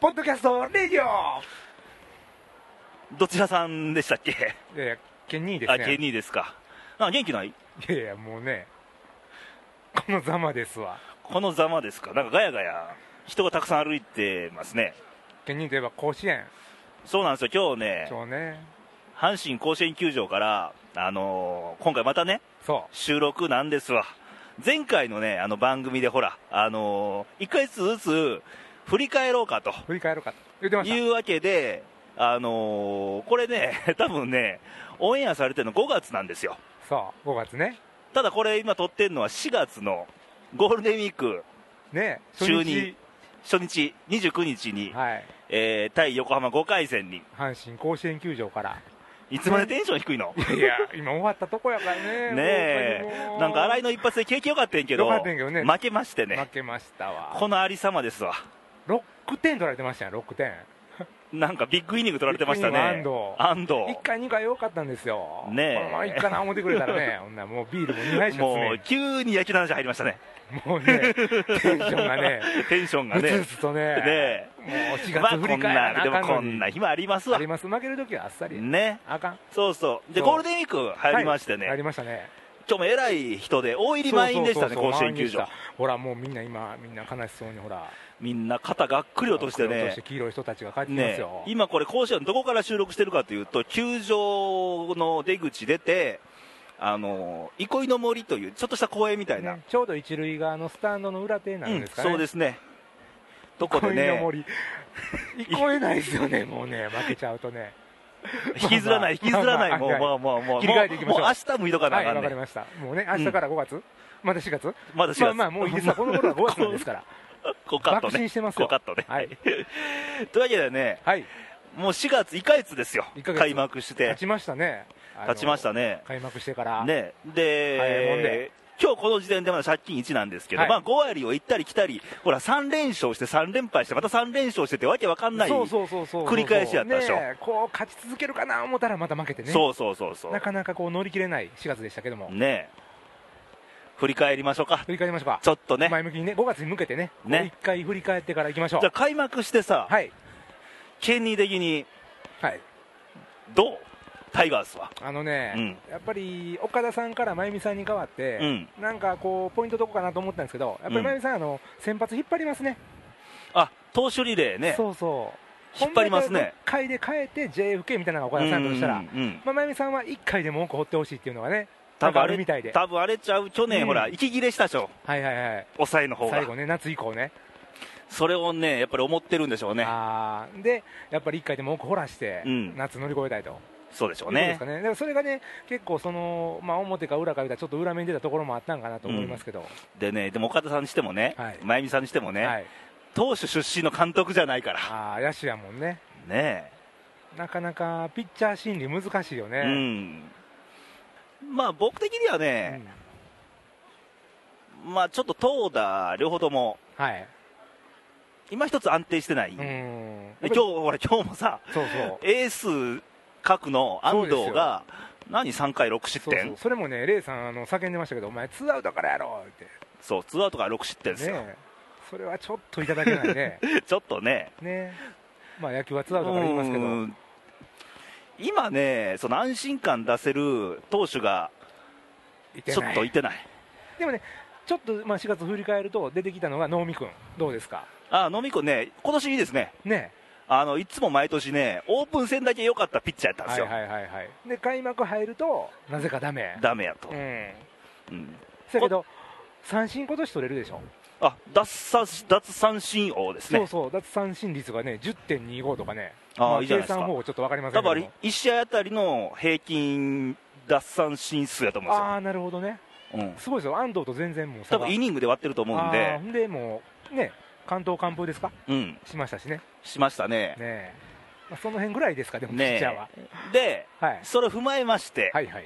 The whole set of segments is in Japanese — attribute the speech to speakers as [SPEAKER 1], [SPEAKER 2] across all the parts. [SPEAKER 1] ポッドキャストレディオ
[SPEAKER 2] どちらさんでしたっけ
[SPEAKER 1] いやいや、ケニーです
[SPEAKER 2] あ、
[SPEAKER 1] ね。
[SPEAKER 2] ケニーですか。あ、元気ない
[SPEAKER 1] いやいや、もうね、このざまですわ。
[SPEAKER 2] このざまですか。なんかガヤガヤ、人がたくさん歩いてますね。
[SPEAKER 1] ケニーといえば甲子園。
[SPEAKER 2] そうなんですよ、今日ね、
[SPEAKER 1] そうね。
[SPEAKER 2] 阪神甲子園球場から、あのー今回またね、
[SPEAKER 1] そ
[SPEAKER 2] 収録なんですわ。前回のね、あの番組でほら、あのー、1回ずつ振り返ろうかと
[SPEAKER 1] う。振り返ろうかと。言ってまし
[SPEAKER 2] いうわけで、あのーこれね、 多分ね、オンエアされてるの5月なんですよ。
[SPEAKER 1] た。そう、5月ね。
[SPEAKER 2] ただこれ今撮ってるのは4月のゴールデンウィーク
[SPEAKER 1] ね、初
[SPEAKER 2] 就
[SPEAKER 1] 日
[SPEAKER 2] 任、初日29日に、
[SPEAKER 1] はい、
[SPEAKER 2] えー対横浜5回戦に
[SPEAKER 1] 阪神甲子園球場から。
[SPEAKER 2] いつまでテンション低いの、
[SPEAKER 1] いや、今終わったとこやからね。
[SPEAKER 2] ねえなんか新井
[SPEAKER 1] の
[SPEAKER 2] の一発で景気良かったんやけど
[SPEAKER 1] 良かったんやけどね
[SPEAKER 2] 負けまして
[SPEAKER 1] 負
[SPEAKER 2] ね
[SPEAKER 1] けましたわ。
[SPEAKER 2] このありさまですわ
[SPEAKER 1] 6点取られてましたよ、6点。
[SPEAKER 2] なんかビッグイニング取られてましたね
[SPEAKER 1] ビッグイニング
[SPEAKER 2] 安藤
[SPEAKER 1] 1回、2回良かったんですよ。
[SPEAKER 2] ねえ
[SPEAKER 1] このままいっかな思ってくれたらね、女もうビールも2杯しか
[SPEAKER 2] も
[SPEAKER 1] 進めん
[SPEAKER 2] う急に野球の話入りましたね
[SPEAKER 1] もうね、テンションがね、
[SPEAKER 2] テンションが
[SPEAKER 1] うつ
[SPEAKER 2] ね
[SPEAKER 1] うつとね、
[SPEAKER 2] ね
[SPEAKER 1] もう4
[SPEAKER 2] まあ
[SPEAKER 1] 月振
[SPEAKER 2] こ
[SPEAKER 1] り
[SPEAKER 2] ん
[SPEAKER 1] 返ら
[SPEAKER 2] な
[SPEAKER 1] な
[SPEAKER 2] で
[SPEAKER 1] あ
[SPEAKER 2] も
[SPEAKER 1] か
[SPEAKER 2] こ
[SPEAKER 1] ん
[SPEAKER 2] ん
[SPEAKER 1] の
[SPEAKER 2] な
[SPEAKER 1] に。
[SPEAKER 2] 暇あります
[SPEAKER 1] あ
[SPEAKER 2] わ
[SPEAKER 1] ります、負けるときはあっさりや。
[SPEAKER 2] ね
[SPEAKER 1] あかん。
[SPEAKER 2] そうそうで
[SPEAKER 1] そう
[SPEAKER 2] ゴールデンウィーク入りましてね、
[SPEAKER 1] 入りましたね。
[SPEAKER 2] 今日も偉い人で大入り満員でしたね
[SPEAKER 1] そうそうそう
[SPEAKER 2] 甲子
[SPEAKER 1] 満
[SPEAKER 2] 園球。場
[SPEAKER 1] 員でしたほら、もうみんな今、みんな悲しそうにほら、
[SPEAKER 2] みんな肩がっくり落として
[SPEAKER 1] 落
[SPEAKER 2] ね
[SPEAKER 1] 黄色い人たちが帰ってきます
[SPEAKER 2] ね
[SPEAKER 1] よ。
[SPEAKER 2] 今これ甲子園どこから収録してるかというと球場の出口出てあの憩いの森というちょっとした公園みたいな、
[SPEAKER 1] ねちょうど一塁側のスタンドの裏手な
[SPEAKER 2] うんん
[SPEAKER 1] ですかね。。
[SPEAKER 2] そうですすねとこ
[SPEAKER 1] こ
[SPEAKER 2] で
[SPEAKER 1] いの
[SPEAKER 2] ね
[SPEAKER 1] 森。聞こえないですよね、もうね、負けちゃうとね。
[SPEAKER 2] 引きずらない引きずらないもう
[SPEAKER 1] まあまあ
[SPEAKER 2] もうもうもうもう
[SPEAKER 1] 切り替えていきましょう
[SPEAKER 2] もう明日もいとかな
[SPEAKER 1] は
[SPEAKER 2] あ
[SPEAKER 1] い、
[SPEAKER 2] か
[SPEAKER 1] わか
[SPEAKER 2] んね
[SPEAKER 1] りました。もうね、明日から5月まだ4月
[SPEAKER 2] まだ4月
[SPEAKER 1] まあまあ、もういいですわ。この頃は5月なんですから。
[SPEAKER 2] こうカット
[SPEAKER 1] 爆心
[SPEAKER 2] ね
[SPEAKER 1] してます
[SPEAKER 2] こう
[SPEAKER 1] よ
[SPEAKER 2] カットね、
[SPEAKER 1] はい、
[SPEAKER 2] というわけでね
[SPEAKER 1] はい、
[SPEAKER 2] もう4月1ヶ月ですよ
[SPEAKER 1] 一ヶ月
[SPEAKER 2] 開幕して
[SPEAKER 1] 立ちましたね、あの
[SPEAKER 2] 経ちましたね
[SPEAKER 1] 開幕してから、
[SPEAKER 2] ね、
[SPEAKER 1] 早いもん
[SPEAKER 2] で
[SPEAKER 1] で、
[SPEAKER 2] 今日この時点でまだ借金1なんですけど、
[SPEAKER 1] はい
[SPEAKER 2] まあ5割を行ったり来たり、ほら、3連勝して、3連敗して、また3連勝してって、わけわかんない、
[SPEAKER 1] そうそうそうそう、
[SPEAKER 2] 繰り返しやったでしょ
[SPEAKER 1] ねえこう勝ち続けるかな思ったら、また負けてね、
[SPEAKER 2] そうそうそうそう
[SPEAKER 1] なかなかこう乗り切れない4月でしたけども、
[SPEAKER 2] ね振り返りましょうか、
[SPEAKER 1] 振り返りましょうか、
[SPEAKER 2] ちょっとね、
[SPEAKER 1] 前向きにね、5月に向けてね、
[SPEAKER 2] ね
[SPEAKER 1] 1回振り返ってからいきましょう
[SPEAKER 2] じゃあ、開幕してさ、
[SPEAKER 1] はい、
[SPEAKER 2] 権利的に
[SPEAKER 1] はい、
[SPEAKER 2] どう、タイガースは。
[SPEAKER 1] あのね、やっぱり岡田さんから真由美さんに代わって、
[SPEAKER 2] うん
[SPEAKER 1] なんかこう、ポイントどこかなと思ったんですけど、やっぱり真由美さん、あの先発引っ張りますね、
[SPEAKER 2] あ投手リレーね、
[SPEAKER 1] そうそう。
[SPEAKER 2] 引っ張りますね。
[SPEAKER 1] 回で変えて JFK みたいなのが岡田さんだとしたら、
[SPEAKER 2] うんうんうん
[SPEAKER 1] まあ、まゆみさんは1回でも多く掘ってほしいっていうのがね、な
[SPEAKER 2] 多
[SPEAKER 1] んか
[SPEAKER 2] 分
[SPEAKER 1] あ
[SPEAKER 2] あ
[SPEAKER 1] るみたい
[SPEAKER 2] れ
[SPEAKER 1] で、
[SPEAKER 2] 多分あれちゃう、去年、
[SPEAKER 1] うん
[SPEAKER 2] ほら、息切れしたでしょ、
[SPEAKER 1] はいはいはい、
[SPEAKER 2] 抑えの方が
[SPEAKER 1] 最後ね、夏以降ね、
[SPEAKER 2] それをね、やっぱり思ってるんでしょうね、
[SPEAKER 1] あーでやっぱり1回でも多く掘らして、
[SPEAKER 2] うん
[SPEAKER 1] 夏乗り越えたいと、
[SPEAKER 2] そうでしょう
[SPEAKER 1] いうことですか。
[SPEAKER 2] ね
[SPEAKER 1] ね、だからそれがね、結構その、まあ、表か裏か言うたら、ちょっと裏目に出たところもあったんかなと思いますけど、
[SPEAKER 2] でね、でも岡田さんにしてもね、
[SPEAKER 1] はい
[SPEAKER 2] 真由美さんにしてもね、
[SPEAKER 1] はい、
[SPEAKER 2] 投手出身の監督じゃないから、
[SPEAKER 1] あー野手やもんね、
[SPEAKER 2] ね
[SPEAKER 1] なかなかピッチャー心理、難しいよ
[SPEAKER 2] え、う
[SPEAKER 1] ね。
[SPEAKER 2] ん、まあ僕的には
[SPEAKER 1] うん
[SPEAKER 2] ね、まあちょっと投打両方とも、
[SPEAKER 1] はい、
[SPEAKER 2] 今一つ安定してない、
[SPEAKER 1] う
[SPEAKER 2] で
[SPEAKER 1] ん
[SPEAKER 2] 今日ほら、今日もさ、
[SPEAKER 1] そうそう
[SPEAKER 2] エース格の安藤が、何、3回6失
[SPEAKER 1] そう
[SPEAKER 2] 点、
[SPEAKER 1] そ
[SPEAKER 2] そうう
[SPEAKER 1] それもね、レイさんあの叫んでましたけど、お前、ツーアウトからやろって、
[SPEAKER 2] ツーアウトから6失点ですよ、
[SPEAKER 1] ねえ、それはちょっといただけないね、
[SPEAKER 2] ちょっとね、
[SPEAKER 1] ねまあ、野球はツーアウトから言いますけど、
[SPEAKER 2] うん今ね、その安心感出せる投手が
[SPEAKER 1] いて
[SPEAKER 2] ちょ
[SPEAKER 1] な
[SPEAKER 2] っ
[SPEAKER 1] い
[SPEAKER 2] といてない。
[SPEAKER 1] でもね、ちょっと、まあ、4月振り返ると、出てきたのが能見君、どうですか、
[SPEAKER 2] あ、飲み子ね、今年いいですね。
[SPEAKER 1] ね
[SPEAKER 2] あの、いつも毎年ね、オープン戦だけ良かったピッチャーやったんで
[SPEAKER 1] はい
[SPEAKER 2] すよ。
[SPEAKER 1] はいはいはい、で開幕入ると、なぜかダメ、
[SPEAKER 2] ダメやと
[SPEAKER 1] う。ん、
[SPEAKER 2] うん
[SPEAKER 1] そやけど、三振今年取れるでしょ、
[SPEAKER 2] あ、奪三振、奪三振王です
[SPEAKER 1] そう
[SPEAKER 2] ね。
[SPEAKER 1] そう、奪三振率がね、10.25とかね、
[SPEAKER 2] あー
[SPEAKER 1] ま
[SPEAKER 2] いいじゃない
[SPEAKER 1] 計
[SPEAKER 2] ですか
[SPEAKER 1] 算方法ちょっと分かりませ
[SPEAKER 2] 多
[SPEAKER 1] んけ
[SPEAKER 2] 分あ
[SPEAKER 1] ど
[SPEAKER 2] れ
[SPEAKER 1] も、、
[SPEAKER 2] 1試合あたりの平均奪三振数やと思うん
[SPEAKER 1] ああー、なるほどね、
[SPEAKER 2] ですよ。うん。
[SPEAKER 1] すごいですよ、安藤と全然もう
[SPEAKER 2] 多
[SPEAKER 1] 差が
[SPEAKER 2] 分イニングで割ってると思うん
[SPEAKER 1] あー
[SPEAKER 2] で
[SPEAKER 1] ほ、んでもうね関東完封ですか
[SPEAKER 2] うん、
[SPEAKER 1] しましたしね
[SPEAKER 2] しましたね。
[SPEAKER 1] ねえ、まあ、その辺ぐらいですかでもピ
[SPEAKER 2] ね
[SPEAKER 1] ッチャーは、
[SPEAKER 2] で、
[SPEAKER 1] はい、
[SPEAKER 2] それを踏まえまして、
[SPEAKER 1] はいはい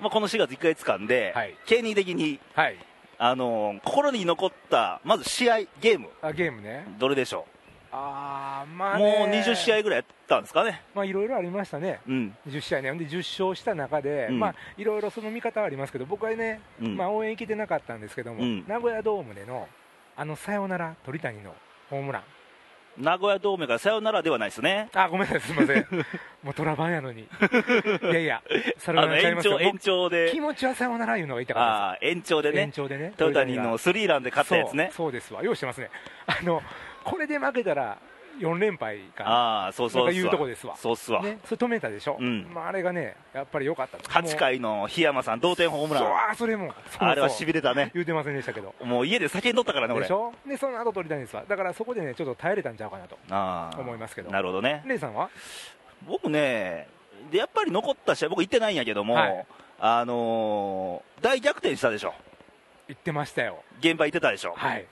[SPEAKER 2] まあ、この4月1ヶ月間で、
[SPEAKER 1] はい
[SPEAKER 2] 経理的に、
[SPEAKER 1] はい
[SPEAKER 2] あのー心に残った、まず試合、ゲーム、
[SPEAKER 1] あゲームね
[SPEAKER 2] どれでしょ
[SPEAKER 1] ああ
[SPEAKER 2] う。
[SPEAKER 1] まあね
[SPEAKER 2] もう20試合ぐらいやったんですかね。
[SPEAKER 1] まあいろいろありましたね
[SPEAKER 2] うん。
[SPEAKER 1] 10試合ねほんで10勝した中で、
[SPEAKER 2] うん
[SPEAKER 1] まあいろいろその見方はありますけど僕はね、
[SPEAKER 2] うん
[SPEAKER 1] まあ、応援行けてなかったんですけども、
[SPEAKER 2] うん
[SPEAKER 1] 名古屋ドームでのあのサヨナラ鳥谷のホームラン
[SPEAKER 2] 名古屋ドームがさよならではないですね。
[SPEAKER 1] あ、ごめんなさい、すみま せん。もうトラバンやのに。いやいや、さよ
[SPEAKER 2] あ
[SPEAKER 1] な
[SPEAKER 2] の
[SPEAKER 1] らちゃい
[SPEAKER 2] 延
[SPEAKER 1] ますよ
[SPEAKER 2] 長、。延長
[SPEAKER 1] 僕
[SPEAKER 2] で
[SPEAKER 1] 気。持ちはさよなら言うのが言いたかっ
[SPEAKER 2] ああ、延長
[SPEAKER 1] た
[SPEAKER 2] で
[SPEAKER 1] です。延
[SPEAKER 2] ね。
[SPEAKER 1] 長でね。
[SPEAKER 2] トヨタニの
[SPEAKER 1] ス
[SPEAKER 2] スリーランで勝ったやつね。
[SPEAKER 1] そうそうですわ。用意してますね。あの、これで負けたら4連敗か
[SPEAKER 2] ああ、そう
[SPEAKER 1] な。
[SPEAKER 2] そ
[SPEAKER 1] と
[SPEAKER 2] う
[SPEAKER 1] か
[SPEAKER 2] っす
[SPEAKER 1] いう
[SPEAKER 2] わ
[SPEAKER 1] とこですわ。
[SPEAKER 2] そうっすわ。
[SPEAKER 1] ね、それ止めたでしょ。
[SPEAKER 2] うん
[SPEAKER 1] まああれがね、やっぱり良かった。
[SPEAKER 2] 8回の檜山さん、同点ホーム
[SPEAKER 1] もう。
[SPEAKER 2] ラ
[SPEAKER 1] そう
[SPEAKER 2] ン。
[SPEAKER 1] あ、それも。そうそう
[SPEAKER 2] あれはしびれたね。
[SPEAKER 1] 言うてませんでしたけど。
[SPEAKER 2] もう家で酒にとったからね、
[SPEAKER 1] で
[SPEAKER 2] 俺
[SPEAKER 1] し。ょで、その後取りたいんですわ。だからそこでね、ちょっと耐えれたんちゃうかなと。
[SPEAKER 2] ああ
[SPEAKER 1] 思いますけど
[SPEAKER 2] なるほどね。
[SPEAKER 1] レイさんは
[SPEAKER 2] 僕ね、でやっぱり残った試合、僕行ってないんやけども、
[SPEAKER 1] はい
[SPEAKER 2] あのー大逆転したでしょ。
[SPEAKER 1] 言ってましたよ。
[SPEAKER 2] 現場行ってたでしょ。
[SPEAKER 1] はい。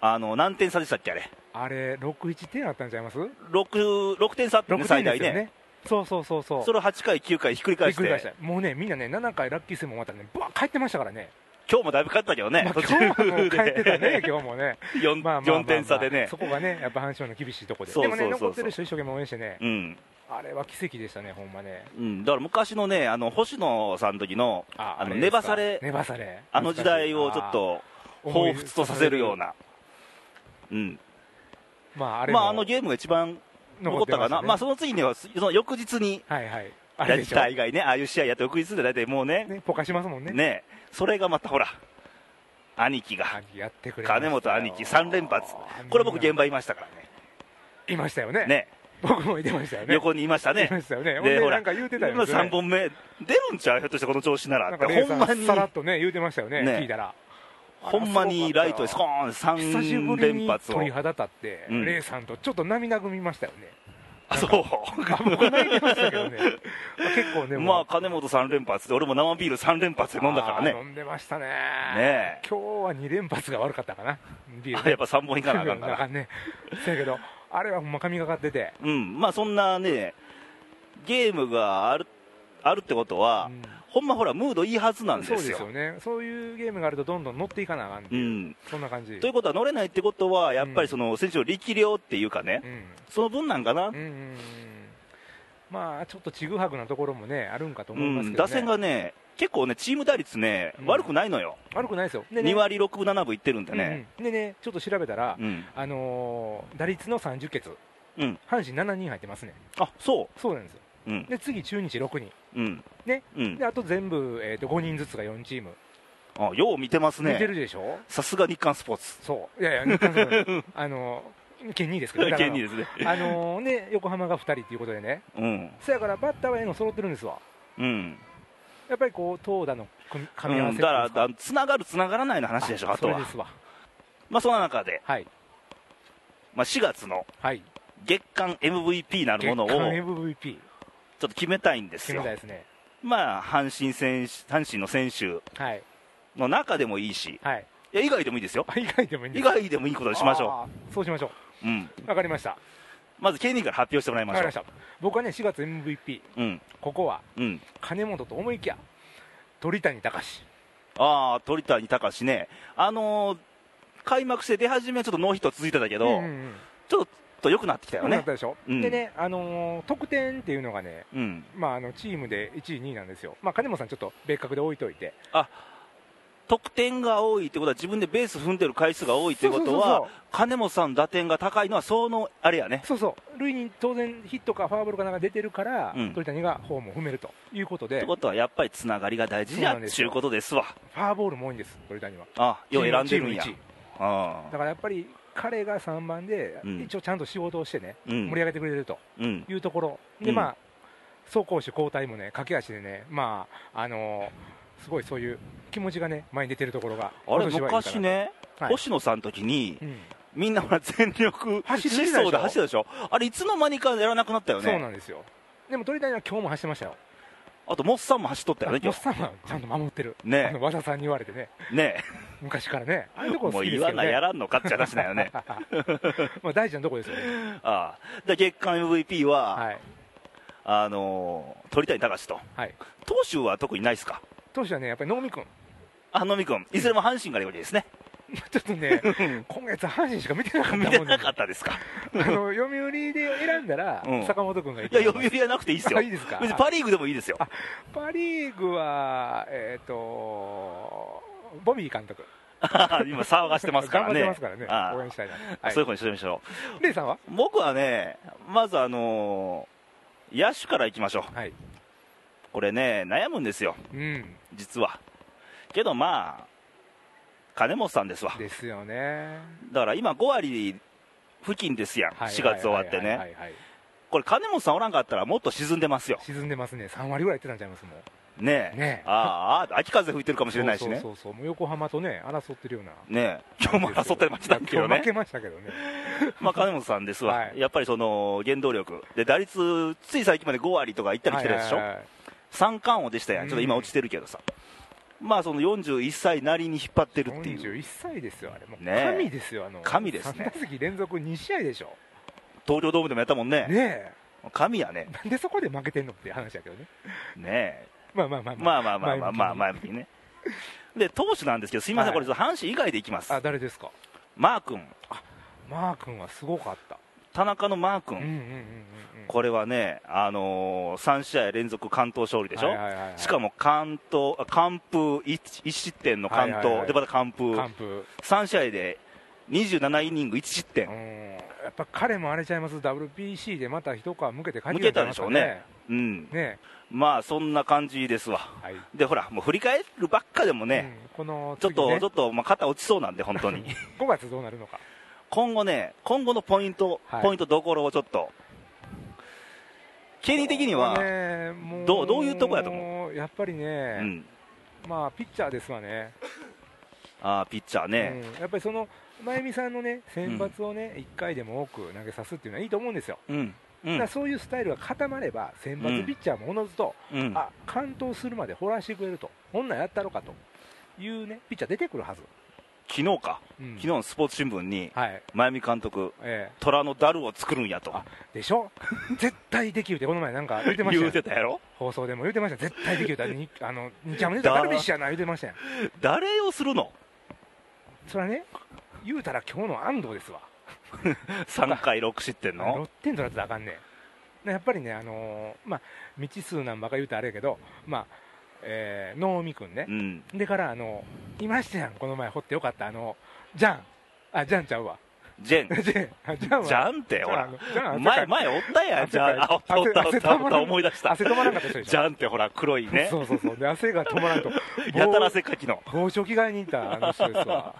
[SPEAKER 2] あの、何点差でしたっけ、あれ。
[SPEAKER 1] あれ、6、1点あったんちゃいます
[SPEAKER 2] 6, 6点差あってね、
[SPEAKER 1] 6
[SPEAKER 2] 最
[SPEAKER 1] 点で
[SPEAKER 2] 大
[SPEAKER 1] すよ
[SPEAKER 2] ね。
[SPEAKER 1] ね。そうそうそうそう。
[SPEAKER 2] それを8回、9回ひっくり
[SPEAKER 1] び
[SPEAKER 2] 返
[SPEAKER 1] っ
[SPEAKER 2] して、
[SPEAKER 1] くり返した。もうね、みんなね、7回ラッキー数もまたね、ぶわー帰ってましたからね。
[SPEAKER 2] 今日もだいぶ勝ったけどね、
[SPEAKER 1] まあ、
[SPEAKER 2] 途
[SPEAKER 1] 今
[SPEAKER 2] 中、
[SPEAKER 1] 日はもう帰ってたね 今日もね。
[SPEAKER 2] 4,
[SPEAKER 1] まあまあまあまあ
[SPEAKER 2] 点差でね
[SPEAKER 1] そ、こがね、やっぱ阪神の厳しいとこで。
[SPEAKER 2] そう
[SPEAKER 1] で
[SPEAKER 2] そうそ
[SPEAKER 1] も
[SPEAKER 2] うそう
[SPEAKER 1] ね、残ってる人一生懸命応援してね、
[SPEAKER 2] うん
[SPEAKER 1] あれは奇跡でしたね、ほんまね。
[SPEAKER 2] うん、だから昔のね、あの星野さんの時の、
[SPEAKER 1] あ
[SPEAKER 2] あの
[SPEAKER 1] れですか
[SPEAKER 2] 寝ばされ
[SPEAKER 1] 寝ばされ。
[SPEAKER 2] あの時代をちょっと
[SPEAKER 1] あー、
[SPEAKER 2] 彷彿とさせるよう。な、うん、
[SPEAKER 1] まあ、あれ
[SPEAKER 2] ま
[SPEAKER 1] も
[SPEAKER 2] ああのゲームが一番残ったかな、ま
[SPEAKER 1] ま
[SPEAKER 2] あその次には、その翌日に、
[SPEAKER 1] あ、はいはい。あれで
[SPEAKER 2] 大
[SPEAKER 1] しょ。
[SPEAKER 2] 体以外ね、ああいう試合やって、翌日で大体もうね、
[SPEAKER 1] ね、ポカしますもんね。
[SPEAKER 2] ね、それがまたほら、兄貴が、
[SPEAKER 1] 兄貴やってくれました
[SPEAKER 2] 金
[SPEAKER 1] よ
[SPEAKER 2] 本兄貴3連発
[SPEAKER 1] あー、
[SPEAKER 2] これ僕、現場いましたからね。
[SPEAKER 1] いましたよね。
[SPEAKER 2] ね
[SPEAKER 1] 僕もいてましたよね。
[SPEAKER 2] 横にいましたね
[SPEAKER 1] いましたよね。ほん
[SPEAKER 2] で
[SPEAKER 1] で、
[SPEAKER 2] ほら
[SPEAKER 1] なんか言うてたよね。それ
[SPEAKER 2] 3本目、出るんちゃう、ひょっとしてこの調子なら
[SPEAKER 1] なん
[SPEAKER 2] って、
[SPEAKER 1] かレイ
[SPEAKER 2] ほ
[SPEAKER 1] さ
[SPEAKER 2] ん
[SPEAKER 1] ん
[SPEAKER 2] まに
[SPEAKER 1] さ、らっとね、言うてましたよね、
[SPEAKER 2] ね
[SPEAKER 1] 聞いたら。
[SPEAKER 2] ほんまにライトでスコ
[SPEAKER 1] あ
[SPEAKER 2] ーン、
[SPEAKER 1] らすごかった久しぶ
[SPEAKER 2] 3
[SPEAKER 1] りに
[SPEAKER 2] 連発を、
[SPEAKER 1] 鳥肌立って、
[SPEAKER 2] うん
[SPEAKER 1] レイさんとちょっと涙ぐみましたよ ね。
[SPEAKER 2] あそう、
[SPEAKER 1] あ僕泣いてましたけどね。結構ね、
[SPEAKER 2] まあ、金本3連発で、俺も生ビール3連発で飲んだから
[SPEAKER 1] あー
[SPEAKER 2] ね、
[SPEAKER 1] 飲んでましたね。
[SPEAKER 2] ねえ
[SPEAKER 1] 今日は2連発が悪かったかな。ビール
[SPEAKER 2] あやっぱ3本いかなあかんか、
[SPEAKER 1] なからんね。 そやけど、あれはほんま神がかってて。
[SPEAKER 2] うん、まあそんなね、ゲームがあるあるってことは、
[SPEAKER 1] うん
[SPEAKER 2] ほんまほら、ムードいいはずなんです
[SPEAKER 1] そ
[SPEAKER 2] よ。
[SPEAKER 1] うですよね。そういうゲームがあるとどんどん乗っていかなあかんって
[SPEAKER 2] う
[SPEAKER 1] いう。
[SPEAKER 2] ん、
[SPEAKER 1] そんな感じ。
[SPEAKER 2] ということは乗れないってことは、やっぱりその選手の力量っていうかね、
[SPEAKER 1] うん
[SPEAKER 2] その分なんかな、
[SPEAKER 1] うんうんうんまあちょっとちぐはぐなところもねあるんかと
[SPEAKER 2] う
[SPEAKER 1] 思います
[SPEAKER 2] ん、
[SPEAKER 1] けど、ね
[SPEAKER 2] 打線がね、結構ね、チーム打率ね、
[SPEAKER 1] うん
[SPEAKER 2] 悪くないのよ、
[SPEAKER 1] 悪くないですよで
[SPEAKER 2] 2割6分7分いってるんでね、
[SPEAKER 1] うんうんでねちょっと調べたら、
[SPEAKER 2] うん、
[SPEAKER 1] あのー打率の30決
[SPEAKER 2] うん
[SPEAKER 1] 阪神7人入ってますね
[SPEAKER 2] あそ
[SPEAKER 1] そうなんですよ
[SPEAKER 2] う、うん、
[SPEAKER 1] で次中日6人
[SPEAKER 2] うん、
[SPEAKER 1] ね
[SPEAKER 2] うん
[SPEAKER 1] で、あと全部、えー、と5人ずつが4チーム、
[SPEAKER 2] あよう見てます
[SPEAKER 1] 見てる
[SPEAKER 2] ね、
[SPEAKER 1] でしょ
[SPEAKER 2] さすが日刊スポーツ、
[SPEAKER 1] そういやいや日韓 戦あのー県2位ですけどだから
[SPEAKER 2] 権利ですね、
[SPEAKER 1] あのーね横浜が2人っていうことでね
[SPEAKER 2] うん、
[SPEAKER 1] そやからバッターはええの揃ってるんですわ
[SPEAKER 2] うん、
[SPEAKER 1] やっぱりこう投打の組み噛み合わ
[SPEAKER 2] うん
[SPEAKER 1] せ
[SPEAKER 2] だから、だつながる、つながらないの話でしょ、あと
[SPEAKER 1] それ
[SPEAKER 2] は
[SPEAKER 1] で、すわ
[SPEAKER 2] まあ、そんな中で、
[SPEAKER 1] はい
[SPEAKER 2] まあ、4月の
[SPEAKER 1] はい
[SPEAKER 2] 月間 MVP なるものを
[SPEAKER 1] 月間
[SPEAKER 2] ちょ
[SPEAKER 1] MVP
[SPEAKER 2] っと決めたいんで
[SPEAKER 1] 決
[SPEAKER 2] す
[SPEAKER 1] め
[SPEAKER 2] よ
[SPEAKER 1] たい、ですね。
[SPEAKER 2] まあ、阪神選手阪神の選手
[SPEAKER 1] はい。
[SPEAKER 2] の中でもいいし、
[SPEAKER 1] はい。
[SPEAKER 2] いや以外でもいいですよ、
[SPEAKER 1] あ、以外でもいいんで
[SPEAKER 2] 以
[SPEAKER 1] すか
[SPEAKER 2] 外でもいいことにしましょ
[SPEAKER 1] あーそうしましょ
[SPEAKER 2] う、うん、
[SPEAKER 1] う。わかりました。わ
[SPEAKER 2] まず K 人から発表してもらいま
[SPEAKER 1] かり
[SPEAKER 2] しょ
[SPEAKER 1] ま
[SPEAKER 2] う
[SPEAKER 1] した。僕はね、4月 MVP。
[SPEAKER 2] うん
[SPEAKER 1] ここは、
[SPEAKER 2] うん、
[SPEAKER 1] 金本と思いきや、鳥谷隆。
[SPEAKER 2] ああ鳥谷隆ねあのー開幕して出始めはちょっとノーヒット続いてたけど、
[SPEAKER 1] うんうんうん。
[SPEAKER 2] ちょっと良くなってきた
[SPEAKER 1] よ
[SPEAKER 2] よ
[SPEAKER 1] くなっ
[SPEAKER 2] ね
[SPEAKER 1] たでしょ。
[SPEAKER 2] うん
[SPEAKER 1] でね、あのー得点っていうのがね、
[SPEAKER 2] うん
[SPEAKER 1] まあ、あのチームで1位、2位なんですよ、まあ、金本さん、ちょっと別格で置いといて、
[SPEAKER 2] 得点が多いってことは自分でベース踏んでる回数が多いってことは
[SPEAKER 1] そうそうそう
[SPEAKER 2] 金本さん打点が高いのはそのあれやね
[SPEAKER 1] そうそう、塁に当然、ヒットかフォアボールかなんか出てるから、
[SPEAKER 2] うん
[SPEAKER 1] 鳥谷がホームを踏めるということで、
[SPEAKER 2] って
[SPEAKER 1] フ
[SPEAKER 2] ことはやっぱりつながりが大事
[SPEAKER 1] そう
[SPEAKER 2] や
[SPEAKER 1] な
[SPEAKER 2] っ
[SPEAKER 1] んです
[SPEAKER 2] てい
[SPEAKER 1] よ
[SPEAKER 2] うことですわ
[SPEAKER 1] ァーボールも多いんです、鳥谷は。
[SPEAKER 2] あよう選んでるんや
[SPEAKER 1] チーム一位
[SPEAKER 2] あ
[SPEAKER 1] だか
[SPEAKER 2] あ
[SPEAKER 1] らやっぱり彼が3番で、
[SPEAKER 2] うん
[SPEAKER 1] 一応ちゃんと仕事をしてね、
[SPEAKER 2] うん
[SPEAKER 1] 盛り上げてくれると
[SPEAKER 2] うん
[SPEAKER 1] いうところ、
[SPEAKER 2] う
[SPEAKER 1] で
[SPEAKER 2] ん
[SPEAKER 1] まあ、走攻守交代もね、駆け足でね、まああのーすごいそういう気持ちがね、前に出てるところが、
[SPEAKER 2] あれ
[SPEAKER 1] 今年はいいかな
[SPEAKER 2] 昔、ね、
[SPEAKER 1] はい
[SPEAKER 2] 星野さんの時に
[SPEAKER 1] うん
[SPEAKER 2] みんなほら全力
[SPEAKER 1] 走り
[SPEAKER 2] 疾
[SPEAKER 1] 抜けたでしょ
[SPEAKER 2] 走で走ってたでしょあれいつの間にかやらなくなったよ
[SPEAKER 1] そう
[SPEAKER 2] ね
[SPEAKER 1] なんですよ、でも鳥谷は今日も走ってましたよ、
[SPEAKER 2] あとモッサンも走っとったよね
[SPEAKER 1] モ
[SPEAKER 2] 今
[SPEAKER 1] ッ
[SPEAKER 2] 日
[SPEAKER 1] サンはちゃんと守ってる、あ
[SPEAKER 2] ね
[SPEAKER 1] の和田さんに言われてね、
[SPEAKER 2] ね
[SPEAKER 1] 昔からね、ああいうところ
[SPEAKER 2] も
[SPEAKER 1] 好
[SPEAKER 2] う
[SPEAKER 1] きで
[SPEAKER 2] 言
[SPEAKER 1] す
[SPEAKER 2] わ
[SPEAKER 1] けど
[SPEAKER 2] ない
[SPEAKER 1] ね。
[SPEAKER 2] やらんのかって話だよね
[SPEAKER 1] まあ大事なとこですよね、
[SPEAKER 2] ああで月間 MVP は、
[SPEAKER 1] はい
[SPEAKER 2] あのー鳥谷隆と
[SPEAKER 1] はい、
[SPEAKER 2] 投手は特にないですか
[SPEAKER 1] 投手はね、やっぱり能見君、
[SPEAKER 2] あのみ君いずれも阪神からよりです ね
[SPEAKER 1] ちょっとね、今月、阪神しか見てなかったもん
[SPEAKER 2] 見
[SPEAKER 1] ね
[SPEAKER 2] てなかったですか
[SPEAKER 1] あの読売で選んだら
[SPEAKER 2] うん、
[SPEAKER 1] 坂本君がいい
[SPEAKER 2] いや読売はなくていいですよ
[SPEAKER 1] あいいですか
[SPEAKER 2] 別にパ・リーグでもいいですよ
[SPEAKER 1] パ・リーグは、えっ、と、ボビー監督、
[SPEAKER 2] 今、騒がしてますから
[SPEAKER 1] 頑張
[SPEAKER 2] ね。
[SPEAKER 1] ってますから
[SPEAKER 2] あ
[SPEAKER 1] ね。
[SPEAKER 2] あ
[SPEAKER 1] 応援したいな。は
[SPEAKER 2] そういうことにしてみましょ
[SPEAKER 1] い。レイさんは
[SPEAKER 2] う。僕はね、まずあのー野手からいきましょう。
[SPEAKER 1] はい。
[SPEAKER 2] これね、悩むんですよ、
[SPEAKER 1] うん。
[SPEAKER 2] 実は。けどまあ、金本さんですわ。
[SPEAKER 1] ですよね。
[SPEAKER 2] だから今、5割付近ですやん、
[SPEAKER 1] はい
[SPEAKER 2] 4月終わって
[SPEAKER 1] はいはい
[SPEAKER 2] ね。
[SPEAKER 1] はいはい。
[SPEAKER 2] これ、金本さんおらんかったら、もっと沈んでますよ。
[SPEAKER 1] 沈んでますね。三割ぐらいいってたんちゃいますもん。
[SPEAKER 2] ねえ。
[SPEAKER 1] ねえ
[SPEAKER 2] ああああ、秋風吹いてるかもしれないしね。
[SPEAKER 1] そうそうそうそう。もう横浜とね、争ってるような。
[SPEAKER 2] ねえ今日も争ってましたけど
[SPEAKER 1] 今日負
[SPEAKER 2] ね
[SPEAKER 1] け、ましたけどね。
[SPEAKER 2] まあ、金本さんですわ、
[SPEAKER 1] はい
[SPEAKER 2] やっぱりその原動力で、打率、つい最近まで5割とかいったり来てるでしょ、
[SPEAKER 1] はいはいはい
[SPEAKER 2] 三冠王でしたやん、ちょっと今、落ちてるけどさ、まあその41歳なりに引っ張ってるっていう、
[SPEAKER 1] 41歳ですよ、あれ、もう
[SPEAKER 2] ねえ
[SPEAKER 1] 神ですよ、あの
[SPEAKER 2] 神ですね
[SPEAKER 1] 3打席連続2試合でしょ、
[SPEAKER 2] 東京ドームでもやったもんね、
[SPEAKER 1] ね
[SPEAKER 2] 神やね
[SPEAKER 1] え、、なんでそこで負けてんのっていう話だけどね、
[SPEAKER 2] ね
[SPEAKER 1] まあまあまあ
[SPEAKER 2] え、まあまあまあまあまあ、
[SPEAKER 1] あ
[SPEAKER 2] 前向きにね。で、投手なんですけど、すみません、
[SPEAKER 1] はい
[SPEAKER 2] これ、阪神以外でいきます、
[SPEAKER 1] あ、誰ですか、
[SPEAKER 2] マー君、
[SPEAKER 1] マー君はすごかった、
[SPEAKER 2] 田中のマー
[SPEAKER 1] うんうんう
[SPEAKER 2] 君、
[SPEAKER 1] んうんうん、
[SPEAKER 2] これはね、あのー、3試合連続完投勝利でしょ。しか
[SPEAKER 1] も、
[SPEAKER 2] も完投、あ完封1、一失点の完投、
[SPEAKER 1] はいはいはい
[SPEAKER 2] でまた完封、
[SPEAKER 1] 完封、
[SPEAKER 2] 3試合で27イニング1失
[SPEAKER 1] うん、
[SPEAKER 2] 点、
[SPEAKER 1] やっぱ彼もあれちゃいます、WBC でまた一皮向けて帰って
[SPEAKER 2] 向
[SPEAKER 1] きん
[SPEAKER 2] け
[SPEAKER 1] ちゃ
[SPEAKER 2] た
[SPEAKER 1] いま
[SPEAKER 2] ですし
[SPEAKER 1] か
[SPEAKER 2] ょうね、うん、
[SPEAKER 1] ね
[SPEAKER 2] まあそんな感じですわ、
[SPEAKER 1] えはい
[SPEAKER 2] でほら、もう振り返るばっかでもね、
[SPEAKER 1] うんこの
[SPEAKER 2] ちょっ
[SPEAKER 1] 次
[SPEAKER 2] と、
[SPEAKER 1] ね
[SPEAKER 2] ちょっと、まあ、肩落ちそうなんで、本当に、
[SPEAKER 1] 5月どうなるのか、
[SPEAKER 2] 今後ね、今後のポイント、
[SPEAKER 1] はい
[SPEAKER 2] ポイントどころをちょっと、権利的には、
[SPEAKER 1] ねえも
[SPEAKER 2] どうどういうとこやと思
[SPEAKER 1] うやっぱり
[SPEAKER 2] う
[SPEAKER 1] ね、
[SPEAKER 2] ん、
[SPEAKER 1] まあ、ピッチャーですわね。
[SPEAKER 2] あーピッチャーね、
[SPEAKER 1] うん、やっぱりその真由美さんのね選抜をね、1回でも多く投げさすっていうのはいいと思うんですよ、
[SPEAKER 2] うん、う
[SPEAKER 1] だから
[SPEAKER 2] ん、
[SPEAKER 1] そういうスタイルが固まれば、選抜ピッチャーもおのずと、
[SPEAKER 2] うん、
[SPEAKER 1] あ完投するまで掘らしてくれると、こんなんやったろかというねピッチャー出てくるはず、
[SPEAKER 2] 昨日か、
[SPEAKER 1] うん
[SPEAKER 2] 昨日のスポーツ新聞に、
[SPEAKER 1] はい
[SPEAKER 2] 真弓監督、
[SPEAKER 1] え
[SPEAKER 2] 虎のダルを作るんやと
[SPEAKER 1] あえでしょ、 絶対できるって、この前なん か言ってました
[SPEAKER 2] 言
[SPEAKER 1] よ
[SPEAKER 2] うてたやろ
[SPEAKER 1] 放送でも言ってましたよ、絶対できるっ て、にあの2キャム出たらダルビッシュやな、言ってましたよ、
[SPEAKER 2] 誰をするの
[SPEAKER 1] それはね、言うたら今日の安藤ですわ。
[SPEAKER 2] 3回6失点
[SPEAKER 1] あの6
[SPEAKER 2] の
[SPEAKER 1] 点取られたらあかんねん。やっぱりね、あのーまあ、未知数なんばか言うとあれやけど、まあ、えー、能見くんね
[SPEAKER 2] う。ん
[SPEAKER 1] でから、あのいましたやん、この前掘ってよかった、あの、ジャン。あ、ジャンちゃうわ。
[SPEAKER 2] ジェン
[SPEAKER 1] ジェン。あジャンは。
[SPEAKER 2] ジャンってほら
[SPEAKER 1] ジャンあのジャン
[SPEAKER 2] 前前おったやん
[SPEAKER 1] 汗
[SPEAKER 2] じゃ
[SPEAKER 1] かい
[SPEAKER 2] ああおったおったおったおった思い出した
[SPEAKER 1] 汗止まらなかった人でしょ。
[SPEAKER 2] じゃんってほら黒いね
[SPEAKER 1] そうそうそう。で、汗が止まらんと。
[SPEAKER 2] やたら汗かきの
[SPEAKER 1] 帽子を着替えに行ったあの人ですわ。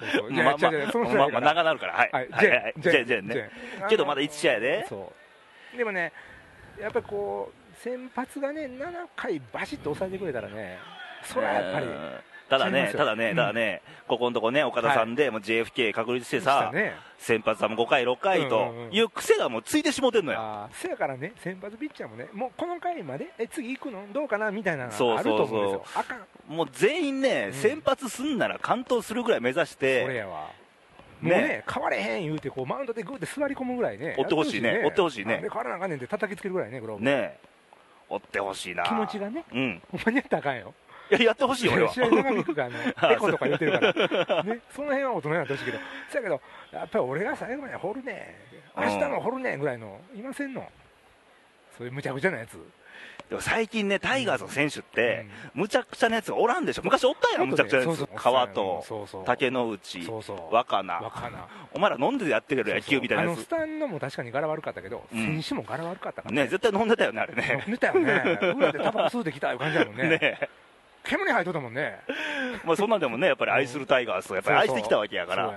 [SPEAKER 1] そうそう。い
[SPEAKER 2] ま
[SPEAKER 1] や
[SPEAKER 2] あ
[SPEAKER 1] 違
[SPEAKER 2] ま
[SPEAKER 1] う違うその
[SPEAKER 2] あ
[SPEAKER 1] 人
[SPEAKER 2] まあ
[SPEAKER 1] や
[SPEAKER 2] ま
[SPEAKER 1] か
[SPEAKER 2] あ
[SPEAKER 1] ら
[SPEAKER 2] 長なるからはい
[SPEAKER 1] はい、
[SPEAKER 2] は
[SPEAKER 1] ジ
[SPEAKER 2] い
[SPEAKER 1] ェン、
[SPEAKER 2] はいジェンジェンね
[SPEAKER 1] ェン
[SPEAKER 2] けどまだ一試合で
[SPEAKER 1] そうでもね、やっぱりこう、先発がね、7回バシッと抑えてくれたらね、それはやっぱり
[SPEAKER 2] う、んただ
[SPEAKER 1] 違いま
[SPEAKER 2] ね
[SPEAKER 1] すよ
[SPEAKER 2] ただね
[SPEAKER 1] うん
[SPEAKER 2] ただねここのとこね岡田さんでもう JFK 確立してさ
[SPEAKER 1] ね、
[SPEAKER 2] 先発はもう5回6回と
[SPEAKER 1] うんうんうん
[SPEAKER 2] いう癖がもうついてしもてんのよ
[SPEAKER 1] あーせやからね、先発ピッチャーもね、もうこの回まで、え次行くのどうかなみたいなの
[SPEAKER 2] そう
[SPEAKER 1] が
[SPEAKER 2] そ
[SPEAKER 1] あ
[SPEAKER 2] う
[SPEAKER 1] る
[SPEAKER 2] そう
[SPEAKER 1] と思うんですよ、あかん、こ
[SPEAKER 2] もう全員ね
[SPEAKER 1] うん
[SPEAKER 2] 先発すんなら完投するぐらい目指し
[SPEAKER 1] れ
[SPEAKER 2] て
[SPEAKER 1] やわ。
[SPEAKER 2] ね
[SPEAKER 1] もうね、変われへん言うてこう、マウンドでグーって座り込むぐらいね、
[SPEAKER 2] 追ってほしいね
[SPEAKER 1] や
[SPEAKER 2] 追ってほしいね
[SPEAKER 1] なんで変わらなあかんねんって叩きつけるぐらいね、グローブ、
[SPEAKER 2] ね追ってほしいな
[SPEAKER 1] 気持ちがね、
[SPEAKER 2] うん
[SPEAKER 1] ほんまにやったらあかんよ。
[SPEAKER 2] いや、やってほしいよ、俺は。
[SPEAKER 1] 試合長引くからね
[SPEAKER 2] あ、
[SPEAKER 1] エコとか言ってるから、ね、その辺は大人になってほしいけど、そやけど、やっぱり俺が最後まで掘るね、
[SPEAKER 2] うん
[SPEAKER 1] 明日も掘るねぐらいの、いませんの、そういうむちゃくちゃなやつ、
[SPEAKER 2] でも最近ね、タイガースの選手って、むちゃくちゃなやつがおらんでしょ。昔おったやん、むちゃくちゃなやつ。川と、
[SPEAKER 1] 竹
[SPEAKER 2] 竹之内、
[SPEAKER 1] そうそう
[SPEAKER 2] 若
[SPEAKER 1] わ
[SPEAKER 2] 菜。
[SPEAKER 1] かな
[SPEAKER 2] お前ら飲んでやってるよ、野球みたいな
[SPEAKER 1] そうそう
[SPEAKER 2] や
[SPEAKER 1] あのス
[SPEAKER 2] つ。
[SPEAKER 1] タンドも確かに柄悪かったけど、
[SPEAKER 2] う
[SPEAKER 1] 選
[SPEAKER 2] ん
[SPEAKER 1] 手も柄悪かったから
[SPEAKER 2] ね、絶対飲んでたよね、あれね。
[SPEAKER 1] 見たよね、 裏でタバコ吸うてきたいう感じやもんね、
[SPEAKER 2] ね
[SPEAKER 1] 煙に入っとったもんね、
[SPEAKER 2] まあそんなんでもね、やっぱり愛するタイガースをやっぱり愛してきたわけやか
[SPEAKER 1] そうやん
[SPEAKER 2] ら。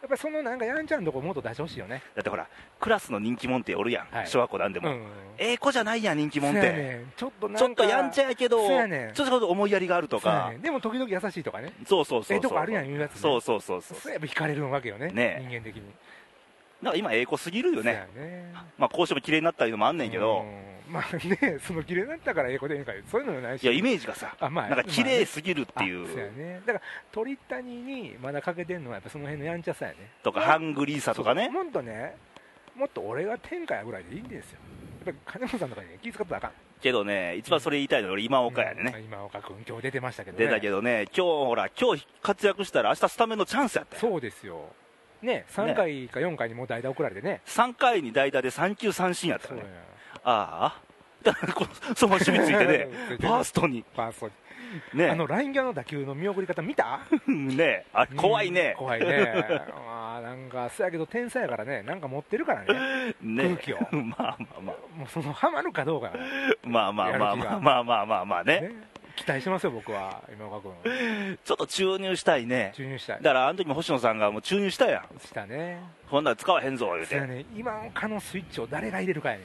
[SPEAKER 1] やっぱりそのなんかやんちゃんとこ、もっと出してほしいよね。
[SPEAKER 2] だってほら、クラスの人気者っておるや
[SPEAKER 1] は
[SPEAKER 2] ん。
[SPEAKER 1] い
[SPEAKER 2] 小学校なんで
[SPEAKER 1] う
[SPEAKER 2] も。
[SPEAKER 1] ん
[SPEAKER 2] ええ子じゃないやん、人気者っ
[SPEAKER 1] そや
[SPEAKER 2] て。
[SPEAKER 1] ねんちょっとなん
[SPEAKER 2] ちょっとやんち
[SPEAKER 1] ゃ
[SPEAKER 2] ゃやけど、
[SPEAKER 1] そ
[SPEAKER 2] ちょ
[SPEAKER 1] や
[SPEAKER 2] っ
[SPEAKER 1] ねん
[SPEAKER 2] とちょっと思いやりがあるとか。
[SPEAKER 1] でも時々優しいとかね
[SPEAKER 2] そうそうそう。
[SPEAKER 1] ええとこあるやん言うやつね
[SPEAKER 2] そうそうそうそう。
[SPEAKER 1] そういえば惹かれるわけよね
[SPEAKER 2] ねえ
[SPEAKER 1] 人間的に
[SPEAKER 2] だから今、ええ子すぎるよ
[SPEAKER 1] そう
[SPEAKER 2] ね
[SPEAKER 1] や。ね
[SPEAKER 2] まあ、こうしても綺麗になったりのもあんねんけど、
[SPEAKER 1] うんまあねその綺麗になったから英語でええんかよそういうのもないし
[SPEAKER 2] いや、イメージがさ、
[SPEAKER 1] あま
[SPEAKER 2] な
[SPEAKER 1] あ
[SPEAKER 2] んか綺麗
[SPEAKER 1] っ
[SPEAKER 2] すぎるっていう、
[SPEAKER 1] そうやねだから鳥谷にまだ欠けてるのはやっぱその辺のやんちゃさやね
[SPEAKER 2] とか、
[SPEAKER 1] まあ
[SPEAKER 2] ハングリーさとかね、
[SPEAKER 1] もっとねもっと俺が天下やぐらいでいいんですよやっぱり金本さんとかに気遣ったらあかん
[SPEAKER 2] けどね、一番それ言いたいのは、俺、今岡やで
[SPEAKER 1] う
[SPEAKER 2] ね、
[SPEAKER 1] ん今岡君今日出てましたけどね
[SPEAKER 2] 出たけどね、今日ほら、今日活躍したら、明日スタメンのチャンスやったよ、
[SPEAKER 1] そうですよね3回か4回にもう代打送られてね
[SPEAKER 2] 3回に代打で3球三振やった
[SPEAKER 1] そ
[SPEAKER 2] か
[SPEAKER 1] う
[SPEAKER 2] ら
[SPEAKER 1] や
[SPEAKER 2] ね、ああ、 だからこうその守備ついて ね
[SPEAKER 1] ついてる
[SPEAKER 2] ファーストに
[SPEAKER 1] ファーストにあ
[SPEAKER 2] ね
[SPEAKER 1] のライン際の打球の見送り方見た
[SPEAKER 2] ねあれ怖いね
[SPEAKER 1] うん怖いね まあなんかそやけど天才やからねなんか持ってるからね
[SPEAKER 2] ね
[SPEAKER 1] 空気を
[SPEAKER 2] まあまあ
[SPEAKER 1] もうそのハマるかどうか、ね
[SPEAKER 2] まあまあまあまあまあまあまあまあね
[SPEAKER 1] 期待してますよ僕は今岡君
[SPEAKER 2] ちょっと注入したいね
[SPEAKER 1] 注入したい
[SPEAKER 2] だからあの時も星野さんがもう注入したやん
[SPEAKER 1] したね
[SPEAKER 2] ほんなら使わへんぞ言う
[SPEAKER 1] そや
[SPEAKER 2] てね
[SPEAKER 1] ね今岡のスイッチを誰が入れるかやね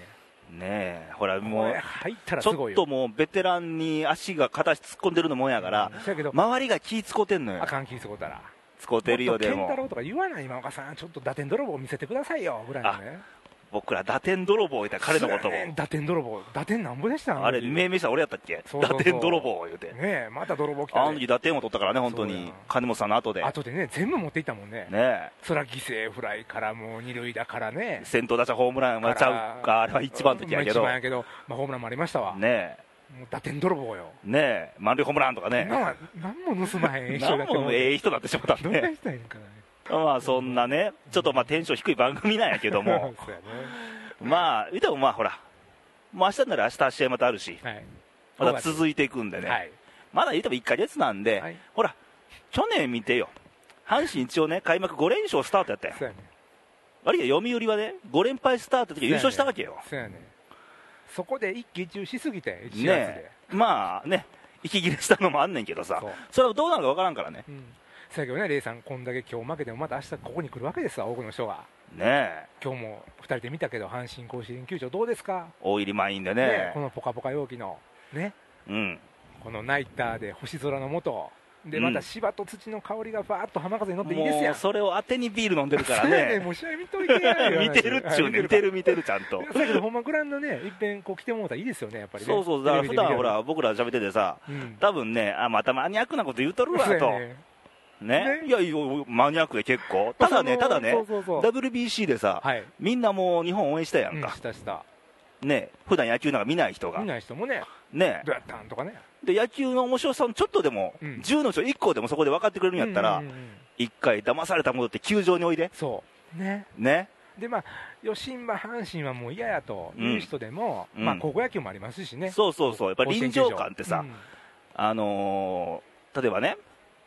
[SPEAKER 2] えほら
[SPEAKER 1] も
[SPEAKER 2] も
[SPEAKER 1] う
[SPEAKER 2] う
[SPEAKER 1] 入ったら
[SPEAKER 2] ち
[SPEAKER 1] す
[SPEAKER 2] ょ
[SPEAKER 1] ご
[SPEAKER 2] っ
[SPEAKER 1] いよ
[SPEAKER 2] ともうベテランに足が片足突っ込んでるのもんやから
[SPEAKER 1] うんそやけど、
[SPEAKER 2] 周りが気使うてんのよ
[SPEAKER 1] あかん気ぃすごたら
[SPEAKER 2] 使うてる
[SPEAKER 1] も
[SPEAKER 2] よ
[SPEAKER 1] っと
[SPEAKER 2] で
[SPEAKER 1] 健太
[SPEAKER 2] も
[SPEAKER 1] 郎とか言わない今岡さんちょっと打点泥棒見せてくださいよぐらいのね
[SPEAKER 2] 僕ら打点泥棒言うたら彼のことを
[SPEAKER 1] そうやね打点泥棒打点なんぼでした
[SPEAKER 2] あれ
[SPEAKER 1] の時
[SPEAKER 2] 命名したら俺やったっけ
[SPEAKER 1] そうそうそう
[SPEAKER 2] 打点泥棒言うて
[SPEAKER 1] ねえまた泥棒来た
[SPEAKER 2] あの
[SPEAKER 1] ね
[SPEAKER 2] 時打点を取ったからね本当
[SPEAKER 1] そう
[SPEAKER 2] に
[SPEAKER 1] や
[SPEAKER 2] 金本さんの後で
[SPEAKER 1] あとでね全部持っていったもんね
[SPEAKER 2] ね
[SPEAKER 1] そら犠牲フライからもう二塁だから
[SPEAKER 2] え
[SPEAKER 1] ね
[SPEAKER 2] 先頭打者ホームランはちゃうかあれは一番の時やけど
[SPEAKER 1] まあ一番
[SPEAKER 2] ね
[SPEAKER 1] やけど、まあ、ホームランもありましたわ、
[SPEAKER 2] え
[SPEAKER 1] もう打点泥棒よ、
[SPEAKER 2] ねえ満塁ホームランとかね
[SPEAKER 1] な何も盗まへん人
[SPEAKER 2] 何
[SPEAKER 1] だけど
[SPEAKER 2] もええ人になってしまったん
[SPEAKER 1] どんな
[SPEAKER 2] で
[SPEAKER 1] 人やねんかね
[SPEAKER 2] まあそんなねちょっとまあテンション低い番組なんやけども
[SPEAKER 1] そうやね
[SPEAKER 2] まあ言うてもまあほらもう明日なら明日試合またあるし
[SPEAKER 1] はい
[SPEAKER 2] また続いていくんでね、
[SPEAKER 1] はい
[SPEAKER 2] まだ言うても1か月なんで、
[SPEAKER 1] はい
[SPEAKER 2] ほら、去年見てよ、阪神一応ね、開幕5連勝スタートやったよ
[SPEAKER 1] そ、うやね
[SPEAKER 2] あるいは読売はね、5連敗スタートの時優勝したわけよ、
[SPEAKER 1] そうやねそこで一喜一憂しすぎて1月
[SPEAKER 2] ね
[SPEAKER 1] で、
[SPEAKER 2] えまあね、息切れしたのもあんねんけどさ
[SPEAKER 1] そう、
[SPEAKER 2] それはどうなるかわからんからね、
[SPEAKER 1] うんそやけどねレイさんこんだけ今日負けてもまた明日ここに来るわけですわ多くの人が
[SPEAKER 2] ねえ、
[SPEAKER 1] 今日も2人で見たけど阪神甲子園球場どうですか、
[SPEAKER 2] 大入り満員で
[SPEAKER 1] ね
[SPEAKER 2] ね
[SPEAKER 1] こ、のぽかぽか陽気のね
[SPEAKER 2] うん、
[SPEAKER 1] このナイターで星空の下で
[SPEAKER 2] うん
[SPEAKER 1] また芝と土の香りがバーッと浜風に乗っていいです
[SPEAKER 2] も
[SPEAKER 1] や
[SPEAKER 2] うんそれを当てにビール飲んでるから
[SPEAKER 1] そうやねん
[SPEAKER 2] ね、
[SPEAKER 1] もう試合見といてや
[SPEAKER 2] 見てるっちゅうね、見て
[SPEAKER 1] る
[SPEAKER 2] る、見てる、ちゃんと。
[SPEAKER 1] だけどほんまグラウンドねいっぺんこう来てもらったらいいですよねやっぱりね
[SPEAKER 2] そうそう、だから
[SPEAKER 1] テレ
[SPEAKER 2] 普
[SPEAKER 1] ビで見
[SPEAKER 2] 段
[SPEAKER 1] る
[SPEAKER 2] ほ
[SPEAKER 1] よ
[SPEAKER 2] ら、僕ら喋っててさ、
[SPEAKER 1] りうん
[SPEAKER 2] 多分ね、あ、またマニアックなこと言うとるわ
[SPEAKER 1] そうや
[SPEAKER 2] と。
[SPEAKER 1] ねね、
[SPEAKER 2] ねいやいや、マニアックで結構、ただね、
[SPEAKER 1] そ
[SPEAKER 2] た
[SPEAKER 1] の
[SPEAKER 2] だね
[SPEAKER 1] そう、そうそう
[SPEAKER 2] WBC でさ、
[SPEAKER 1] はい
[SPEAKER 2] みんなもう日本応援したや
[SPEAKER 1] うんん
[SPEAKER 2] か
[SPEAKER 1] し、たした
[SPEAKER 2] ね、普段野球なんか見ない人が
[SPEAKER 1] 見、ない人もね
[SPEAKER 2] ね、
[SPEAKER 1] どうやったんとかね
[SPEAKER 2] で野球の面白さをちょっとでも、
[SPEAKER 1] うん
[SPEAKER 2] 10の人1個でもそこで分かってくれるんやったら
[SPEAKER 1] うん、うんうん
[SPEAKER 2] 1回騙されたものって球場においで、
[SPEAKER 1] そうね
[SPEAKER 2] ね、
[SPEAKER 1] でまあ吉んば阪神はもう嫌やと
[SPEAKER 2] うん
[SPEAKER 1] いう人でも、
[SPEAKER 2] うん
[SPEAKER 1] まあ高校野球もありますしね
[SPEAKER 2] そうそうそう、やっぱり臨場感ってさ、
[SPEAKER 1] うん
[SPEAKER 2] あのー例えばね、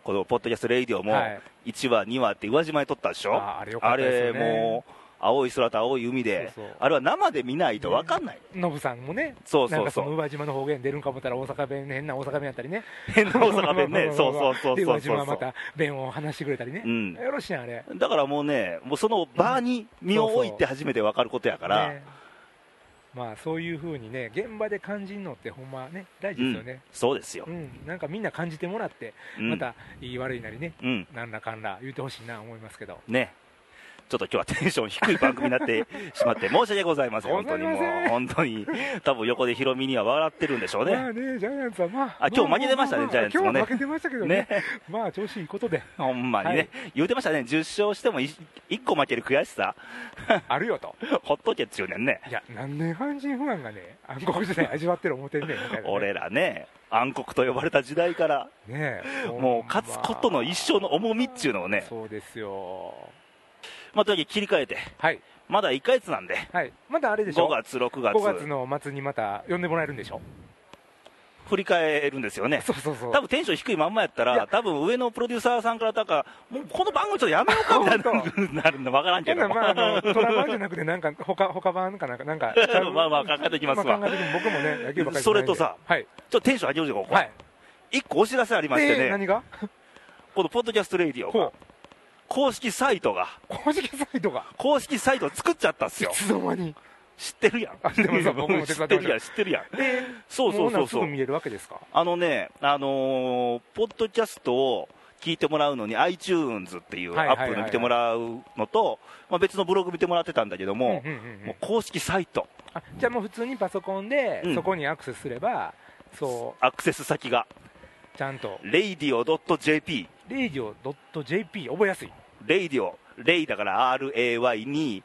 [SPEAKER 2] このポッドキャストレイディオも
[SPEAKER 1] はい
[SPEAKER 2] 1話、2話って宇和島に撮ったでしょ、
[SPEAKER 1] あーあれよか
[SPEAKER 2] あ
[SPEAKER 1] ったです
[SPEAKER 2] れ
[SPEAKER 1] よね
[SPEAKER 2] もう、青い空と青い海で、
[SPEAKER 1] そうそう
[SPEAKER 2] あれは生で見ないと分かんない。
[SPEAKER 1] ノブさんもね、
[SPEAKER 2] そう
[SPEAKER 1] なん
[SPEAKER 2] そう
[SPEAKER 1] か
[SPEAKER 2] そ
[SPEAKER 1] そう の宇和島の方言出るんか思ったら大阪弁、変な大阪弁やったりね、
[SPEAKER 2] 変な大阪弁ね、 そうそうそう
[SPEAKER 1] で宇
[SPEAKER 2] そ
[SPEAKER 1] 和
[SPEAKER 2] うそ
[SPEAKER 1] 島は
[SPEAKER 2] うそ
[SPEAKER 1] ま
[SPEAKER 2] う、
[SPEAKER 1] た弁を話してくれたりね、
[SPEAKER 2] うん
[SPEAKER 1] よろしいやん、あれ、
[SPEAKER 2] だからもうね、もうその場に身を置いて初めて分かることやから、
[SPEAKER 1] ねまあそういうふうにね、現場で感じるのって、ほんまね、大事で
[SPEAKER 2] う
[SPEAKER 1] すよ
[SPEAKER 2] ん
[SPEAKER 1] ね、、
[SPEAKER 2] そうですよ
[SPEAKER 1] う、んなんかみんな感じてもらって、
[SPEAKER 2] うん
[SPEAKER 1] またいい悪いなりね、
[SPEAKER 2] うん、
[SPEAKER 1] なんらかんら言ってほしいな思いますけど、
[SPEAKER 2] ね、ちょっと今日はテンション低い番組になってしまっ て、申し訳ございません、本当にも、
[SPEAKER 1] ございうま
[SPEAKER 2] 本当に、多分横でヒロミには笑ってるんでしょう
[SPEAKER 1] ま
[SPEAKER 2] ね、
[SPEAKER 1] あね、ジャイアンツはまあ、
[SPEAKER 2] あ今日負けてましたね
[SPEAKER 1] あああ
[SPEAKER 2] ジャイアンツもね
[SPEAKER 1] 今日は負けてましたけどね、
[SPEAKER 2] ね
[SPEAKER 1] まあ調子いいことで、
[SPEAKER 2] ほんまにね、
[SPEAKER 1] はい
[SPEAKER 2] 言うてましたね、10勝しても 1, 個負ける悔しさ、
[SPEAKER 1] あるよと、
[SPEAKER 2] ほっとけっちゅうねんね、
[SPEAKER 1] いや、何年阪神ファンがね、暗黒時代味わってる思ってんねん、みたいなね
[SPEAKER 2] 俺らね、暗黒と呼ばれた時代から、
[SPEAKER 1] ねえ
[SPEAKER 2] もう勝つことの一生の重みっちゅうのをね、
[SPEAKER 1] そうですよ
[SPEAKER 2] まあ、とにかく切り替えて、
[SPEAKER 1] はい
[SPEAKER 2] まだ1ヶ月なんで。
[SPEAKER 1] はいまだあれでしょ
[SPEAKER 2] 5月、6
[SPEAKER 1] 5月
[SPEAKER 2] 月、
[SPEAKER 1] の末にまた呼んでもらえるんでしょ
[SPEAKER 2] 振り返るんですよね、
[SPEAKER 1] そうそうそう
[SPEAKER 2] 多分テンション低いまんまやった
[SPEAKER 1] い
[SPEAKER 2] ら、
[SPEAKER 1] や
[SPEAKER 2] 多分上のプロデューサーさんから、だから、もうこの番組ちょっとやめようかみたいな
[SPEAKER 1] 本
[SPEAKER 2] 風になるの分からんけ
[SPEAKER 1] ほんな
[SPEAKER 2] ど
[SPEAKER 1] ら
[SPEAKER 2] も、
[SPEAKER 1] まああのトラバンじゃなくてなんか他他版かなんかなんか
[SPEAKER 2] まあまあ考えておきますわ
[SPEAKER 1] 考えておきます僕もね野球ばっかりじ
[SPEAKER 2] そ
[SPEAKER 1] ゃない
[SPEAKER 2] れ
[SPEAKER 1] んで
[SPEAKER 2] とさ
[SPEAKER 1] はい
[SPEAKER 2] ちょっとテンション上げようぜ、ここ、
[SPEAKER 1] はい
[SPEAKER 2] 一個お知らせありまして
[SPEAKER 1] で
[SPEAKER 2] ね、
[SPEAKER 1] 何が
[SPEAKER 2] このポッドキャストレイディオが
[SPEAKER 1] こう
[SPEAKER 2] 公式サイトが、
[SPEAKER 1] 公式サイトが
[SPEAKER 2] 公式サイト作っちゃったっす
[SPEAKER 1] い
[SPEAKER 2] よ、
[SPEAKER 1] つの間に
[SPEAKER 2] 知ってるやん、
[SPEAKER 1] あ 知ってます僕も
[SPEAKER 2] 知
[SPEAKER 1] 手伝っ
[SPEAKER 2] っ
[SPEAKER 1] て
[SPEAKER 2] て
[SPEAKER 1] ました
[SPEAKER 2] るや ん、知ってるや
[SPEAKER 1] で
[SPEAKER 2] ん、そうそ
[SPEAKER 1] もな
[SPEAKER 2] うそううん
[SPEAKER 1] かす
[SPEAKER 2] そ
[SPEAKER 1] ぐ
[SPEAKER 2] う、
[SPEAKER 1] 見えるわけですか
[SPEAKER 2] あのね、あのーポッドキャストを聞いてもらうのに iTunes っていう
[SPEAKER 1] はい
[SPEAKER 2] ア
[SPEAKER 1] はいはいはい
[SPEAKER 2] ップルに見てもらうのと、まあ、別のブログ見てもらってたんだけども、
[SPEAKER 1] うんうんうんうん
[SPEAKER 2] もう公式サイト、
[SPEAKER 1] あじゃあもう普通にパソコンで
[SPEAKER 2] うん
[SPEAKER 1] そこにアクセスすればそ
[SPEAKER 2] アクセス先が、
[SPEAKER 1] うちゃんと
[SPEAKER 2] radio.jp、
[SPEAKER 1] radio.jp 覚えやすい
[SPEAKER 2] radio、レイだから RAY に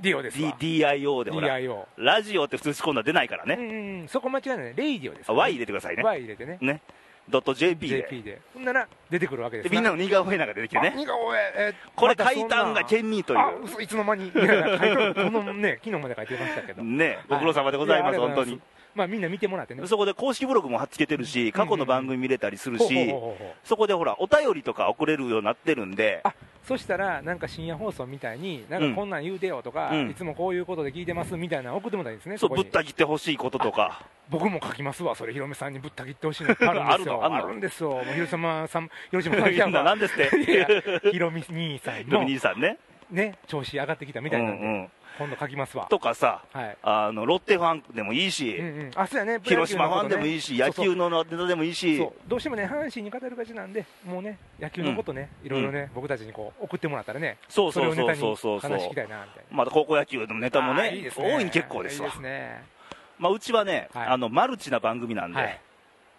[SPEAKER 1] DO ですわ
[SPEAKER 2] DIO でほら、
[SPEAKER 1] DIO
[SPEAKER 2] ラジオって普通打ち込んだら出ないから
[SPEAKER 1] う
[SPEAKER 2] ね、
[SPEAKER 1] んうんうん、そこ間違いない、レイディオです、
[SPEAKER 2] Y 入れてくださいね、
[SPEAKER 1] Y 入れてね、
[SPEAKER 2] ね、.jp で
[SPEAKER 1] JP で、ほんなら出てくるわけです
[SPEAKER 2] でみんな
[SPEAKER 1] の
[SPEAKER 2] の似顔絵なんか出てきてね、
[SPEAKER 1] がおええー
[SPEAKER 2] これ、
[SPEAKER 1] またそ
[SPEAKER 2] 書
[SPEAKER 1] んない
[SPEAKER 2] たんがケンニーとい
[SPEAKER 1] あ
[SPEAKER 2] う。
[SPEAKER 1] 嘘 いつの間に、いや書いとるこのね、昨日まで書いてましたけど、
[SPEAKER 2] ね、ご苦労様でございます、
[SPEAKER 1] やあ
[SPEAKER 2] 本
[SPEAKER 1] りがとう
[SPEAKER 2] 当
[SPEAKER 1] ござ
[SPEAKER 2] に
[SPEAKER 1] いま。すまあみんな見てもらってね。
[SPEAKER 2] そこで公式ブログも貼っつけてるし、過去の番組見れたりする
[SPEAKER 1] ほうほう
[SPEAKER 2] し
[SPEAKER 1] ほ、うほう
[SPEAKER 2] そこでほら、お便りとか送れるようになってるんで、
[SPEAKER 1] あそしたら、なんか深夜放送みたいに、なんかこんなん言うてよとか、
[SPEAKER 2] うん
[SPEAKER 1] いつもこういうことで聞いてますみたいなの送ってもらったらいいですね、
[SPEAKER 2] そう、
[SPEAKER 1] こ
[SPEAKER 2] ぶ
[SPEAKER 1] に
[SPEAKER 2] った切ってほしいこととか、
[SPEAKER 1] 僕も書きますわ、それ、ヒロミさんにぶった切ってほしいのい っぱいあるんですよ、
[SPEAKER 2] あるのあるの
[SPEAKER 1] あるんですよ、もう広島 さん、広島さん来た
[SPEAKER 2] なんん
[SPEAKER 1] か、
[SPEAKER 2] です っ
[SPEAKER 1] いや
[SPEAKER 2] て、
[SPEAKER 1] ヒロミ兄さん
[SPEAKER 2] ロ
[SPEAKER 1] の
[SPEAKER 2] ミ兄さんね。
[SPEAKER 1] ね、調子上がってきたみたいなんで、
[SPEAKER 2] うんうん
[SPEAKER 1] 今度書きますわ。
[SPEAKER 2] とかさ、
[SPEAKER 1] はい
[SPEAKER 2] あのロッテファンでもいいし、
[SPEAKER 1] うんうん、あそうやね、プロ野
[SPEAKER 2] 広
[SPEAKER 1] 球の
[SPEAKER 2] 島フ
[SPEAKER 1] こ
[SPEAKER 2] ァ
[SPEAKER 1] と
[SPEAKER 2] ン
[SPEAKER 1] ね
[SPEAKER 2] でもいいし、野
[SPEAKER 1] そう
[SPEAKER 2] 球のネタでもいいし、
[SPEAKER 1] そうそうどうしてもね、阪神に語るがちなんで、もうね、野球のことね、いろいろね、僕たちにこう送ってもらったらね、
[SPEAKER 2] そう
[SPEAKER 1] そ
[SPEAKER 2] そ
[SPEAKER 1] れ
[SPEAKER 2] う
[SPEAKER 1] をネ
[SPEAKER 2] そ
[SPEAKER 1] タ
[SPEAKER 2] う
[SPEAKER 1] に
[SPEAKER 2] そうそう
[SPEAKER 1] 話聞きたいなみたいな。
[SPEAKER 2] また高校野球のネタも
[SPEAKER 1] あー
[SPEAKER 2] ね
[SPEAKER 1] いいです
[SPEAKER 2] 大いに結構です
[SPEAKER 1] い
[SPEAKER 2] わ
[SPEAKER 1] いですね。
[SPEAKER 2] まあ、うちはね、
[SPEAKER 1] はい
[SPEAKER 2] あのマルチな番組なんで、
[SPEAKER 1] はい。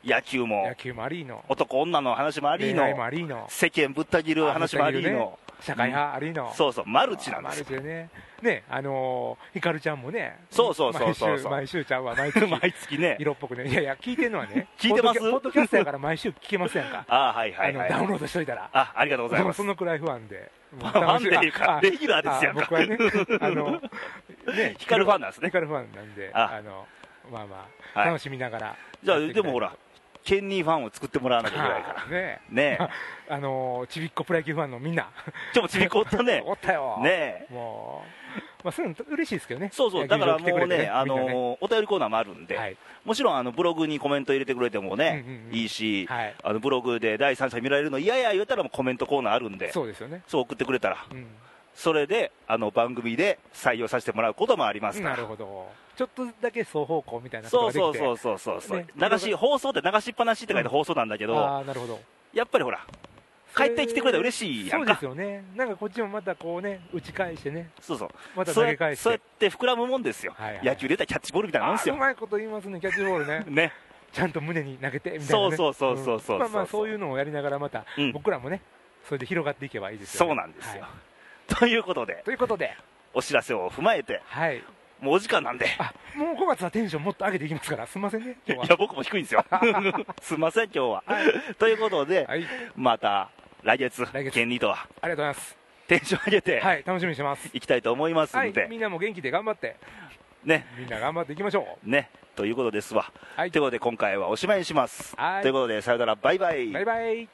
[SPEAKER 2] 野球も
[SPEAKER 1] 野球もありの、
[SPEAKER 2] 男女の話もあり
[SPEAKER 1] 恋
[SPEAKER 2] の
[SPEAKER 1] 愛もありの、
[SPEAKER 2] 世間ぶった切る話もありの、
[SPEAKER 1] 社会派ありの。
[SPEAKER 2] そうそうマ
[SPEAKER 1] マ
[SPEAKER 2] ルチなんですよ
[SPEAKER 1] よね。ね、あのー、ひかるちゃんもね。
[SPEAKER 2] そうそうそうそう
[SPEAKER 1] 毎週、毎週ちゃん は毎月
[SPEAKER 2] 毎月ね。
[SPEAKER 1] 色っぽくね。いやいや、聞いてんのはね
[SPEAKER 2] 聞いてます。
[SPEAKER 1] ポッドキャポッドキャストやから毎週聞けませんか
[SPEAKER 2] あーはい は
[SPEAKER 1] あ
[SPEAKER 2] い
[SPEAKER 1] の、
[SPEAKER 2] はい
[SPEAKER 1] ダウンロードしといたら。
[SPEAKER 2] あありがとうござい
[SPEAKER 1] も
[SPEAKER 2] ま
[SPEAKER 1] そ
[SPEAKER 2] す
[SPEAKER 1] のくらい不安で。フ
[SPEAKER 2] ファンっていうかレギュラーですやんか
[SPEAKER 1] 僕はね、 あの、ね、
[SPEAKER 2] 光ファンなんですね
[SPEAKER 1] 光ファンなんで、
[SPEAKER 2] あ
[SPEAKER 1] あの、まあま
[SPEAKER 2] は
[SPEAKER 1] あ、
[SPEAKER 2] い
[SPEAKER 1] 楽しみながら。
[SPEAKER 2] じゃあでもほらケンニーファンを作ってもらわなきゃいけないから
[SPEAKER 1] はいね
[SPEAKER 2] ねえ
[SPEAKER 1] あのちびっこプロ野球ファンのみんな、
[SPEAKER 2] ちょっとちびこっと ね
[SPEAKER 1] おったよ、
[SPEAKER 2] ねえ
[SPEAKER 1] もう、まあ、そういうの嬉しいですけどね、
[SPEAKER 2] そうそうだからもうね
[SPEAKER 1] 野球場来てくれて
[SPEAKER 2] あの
[SPEAKER 1] みんなね
[SPEAKER 2] お便りコーナーもあるんで、
[SPEAKER 1] はい、
[SPEAKER 2] もちろんあのブログにコメント入れてくれてもね、
[SPEAKER 1] うんうんうん
[SPEAKER 2] いいし、
[SPEAKER 1] はい
[SPEAKER 2] あのブログで第三者見られるの嫌や言うたらもうコメントコーナーあるんで、そ
[SPEAKER 1] そ
[SPEAKER 2] う
[SPEAKER 1] うですよね、
[SPEAKER 2] 送ってくれたら、
[SPEAKER 1] うん、
[SPEAKER 2] それであの番組で採用させてもらうこともありますから。
[SPEAKER 1] なるほど、ちょっとだけ双方向みたいなこと
[SPEAKER 2] そう
[SPEAKER 1] ができ
[SPEAKER 2] そう
[SPEAKER 1] て、
[SPEAKER 2] そううそうそうそう、
[SPEAKER 1] ね
[SPEAKER 2] 流し放送って流しっぱなしって書いて放送なんだけど、
[SPEAKER 1] あーなるほど、
[SPEAKER 2] やっぱりほら帰ってきてくれたら嬉しいや
[SPEAKER 1] そ
[SPEAKER 2] ん
[SPEAKER 1] うで
[SPEAKER 2] か
[SPEAKER 1] すよね、なんかこっちもまたこうね、打ち返してね、
[SPEAKER 2] そうそう
[SPEAKER 1] また
[SPEAKER 2] そ
[SPEAKER 1] 投
[SPEAKER 2] うや
[SPEAKER 1] げ返して、
[SPEAKER 2] そうやって膨らむもんですよ、
[SPEAKER 1] はいはい
[SPEAKER 2] 野球で言ったらキャッチボールみたいなもんです
[SPEAKER 1] あーう
[SPEAKER 2] よ、
[SPEAKER 1] まいこと言いますね、キャッチボールね
[SPEAKER 2] ね
[SPEAKER 1] ちゃんと胸に投げてみたいな、ね、
[SPEAKER 2] そうそうそうそうそう
[SPEAKER 1] まあまあ、そういうのをやりながら、また、
[SPEAKER 2] うん
[SPEAKER 1] 僕らもね、それで広がっていけばいいですよ
[SPEAKER 2] そ
[SPEAKER 1] ね。
[SPEAKER 2] うなんですよ、
[SPEAKER 1] は
[SPEAKER 2] ということで
[SPEAKER 1] いということで、
[SPEAKER 2] お知らせを踏まえて
[SPEAKER 1] はい、
[SPEAKER 2] もうお時間なんで
[SPEAKER 1] あもう5月はテンションもっと上げていきますから、すみませんね、今
[SPEAKER 2] い
[SPEAKER 1] 日
[SPEAKER 2] や、
[SPEAKER 1] は。
[SPEAKER 2] 僕も低いんで すよ。すみません、今日は。
[SPEAKER 1] はい、
[SPEAKER 2] ということで、
[SPEAKER 1] はい、あり
[SPEAKER 2] また来月、
[SPEAKER 1] 来月
[SPEAKER 2] ケンリーとは
[SPEAKER 1] がとうございます。
[SPEAKER 2] テンション上げて、
[SPEAKER 1] はい、楽しみにしてます。
[SPEAKER 2] いきたいと思います
[SPEAKER 1] は
[SPEAKER 2] の
[SPEAKER 1] い
[SPEAKER 2] で、、
[SPEAKER 1] みんなも元気で頑張って、
[SPEAKER 2] ね、
[SPEAKER 1] みんな頑張っていきましょう。
[SPEAKER 2] ね、ということですわ。
[SPEAKER 1] はい
[SPEAKER 2] ということで、今回はおしまいにします。
[SPEAKER 1] はい
[SPEAKER 2] ということで、さよなら、バイバイ。
[SPEAKER 1] バイバイ。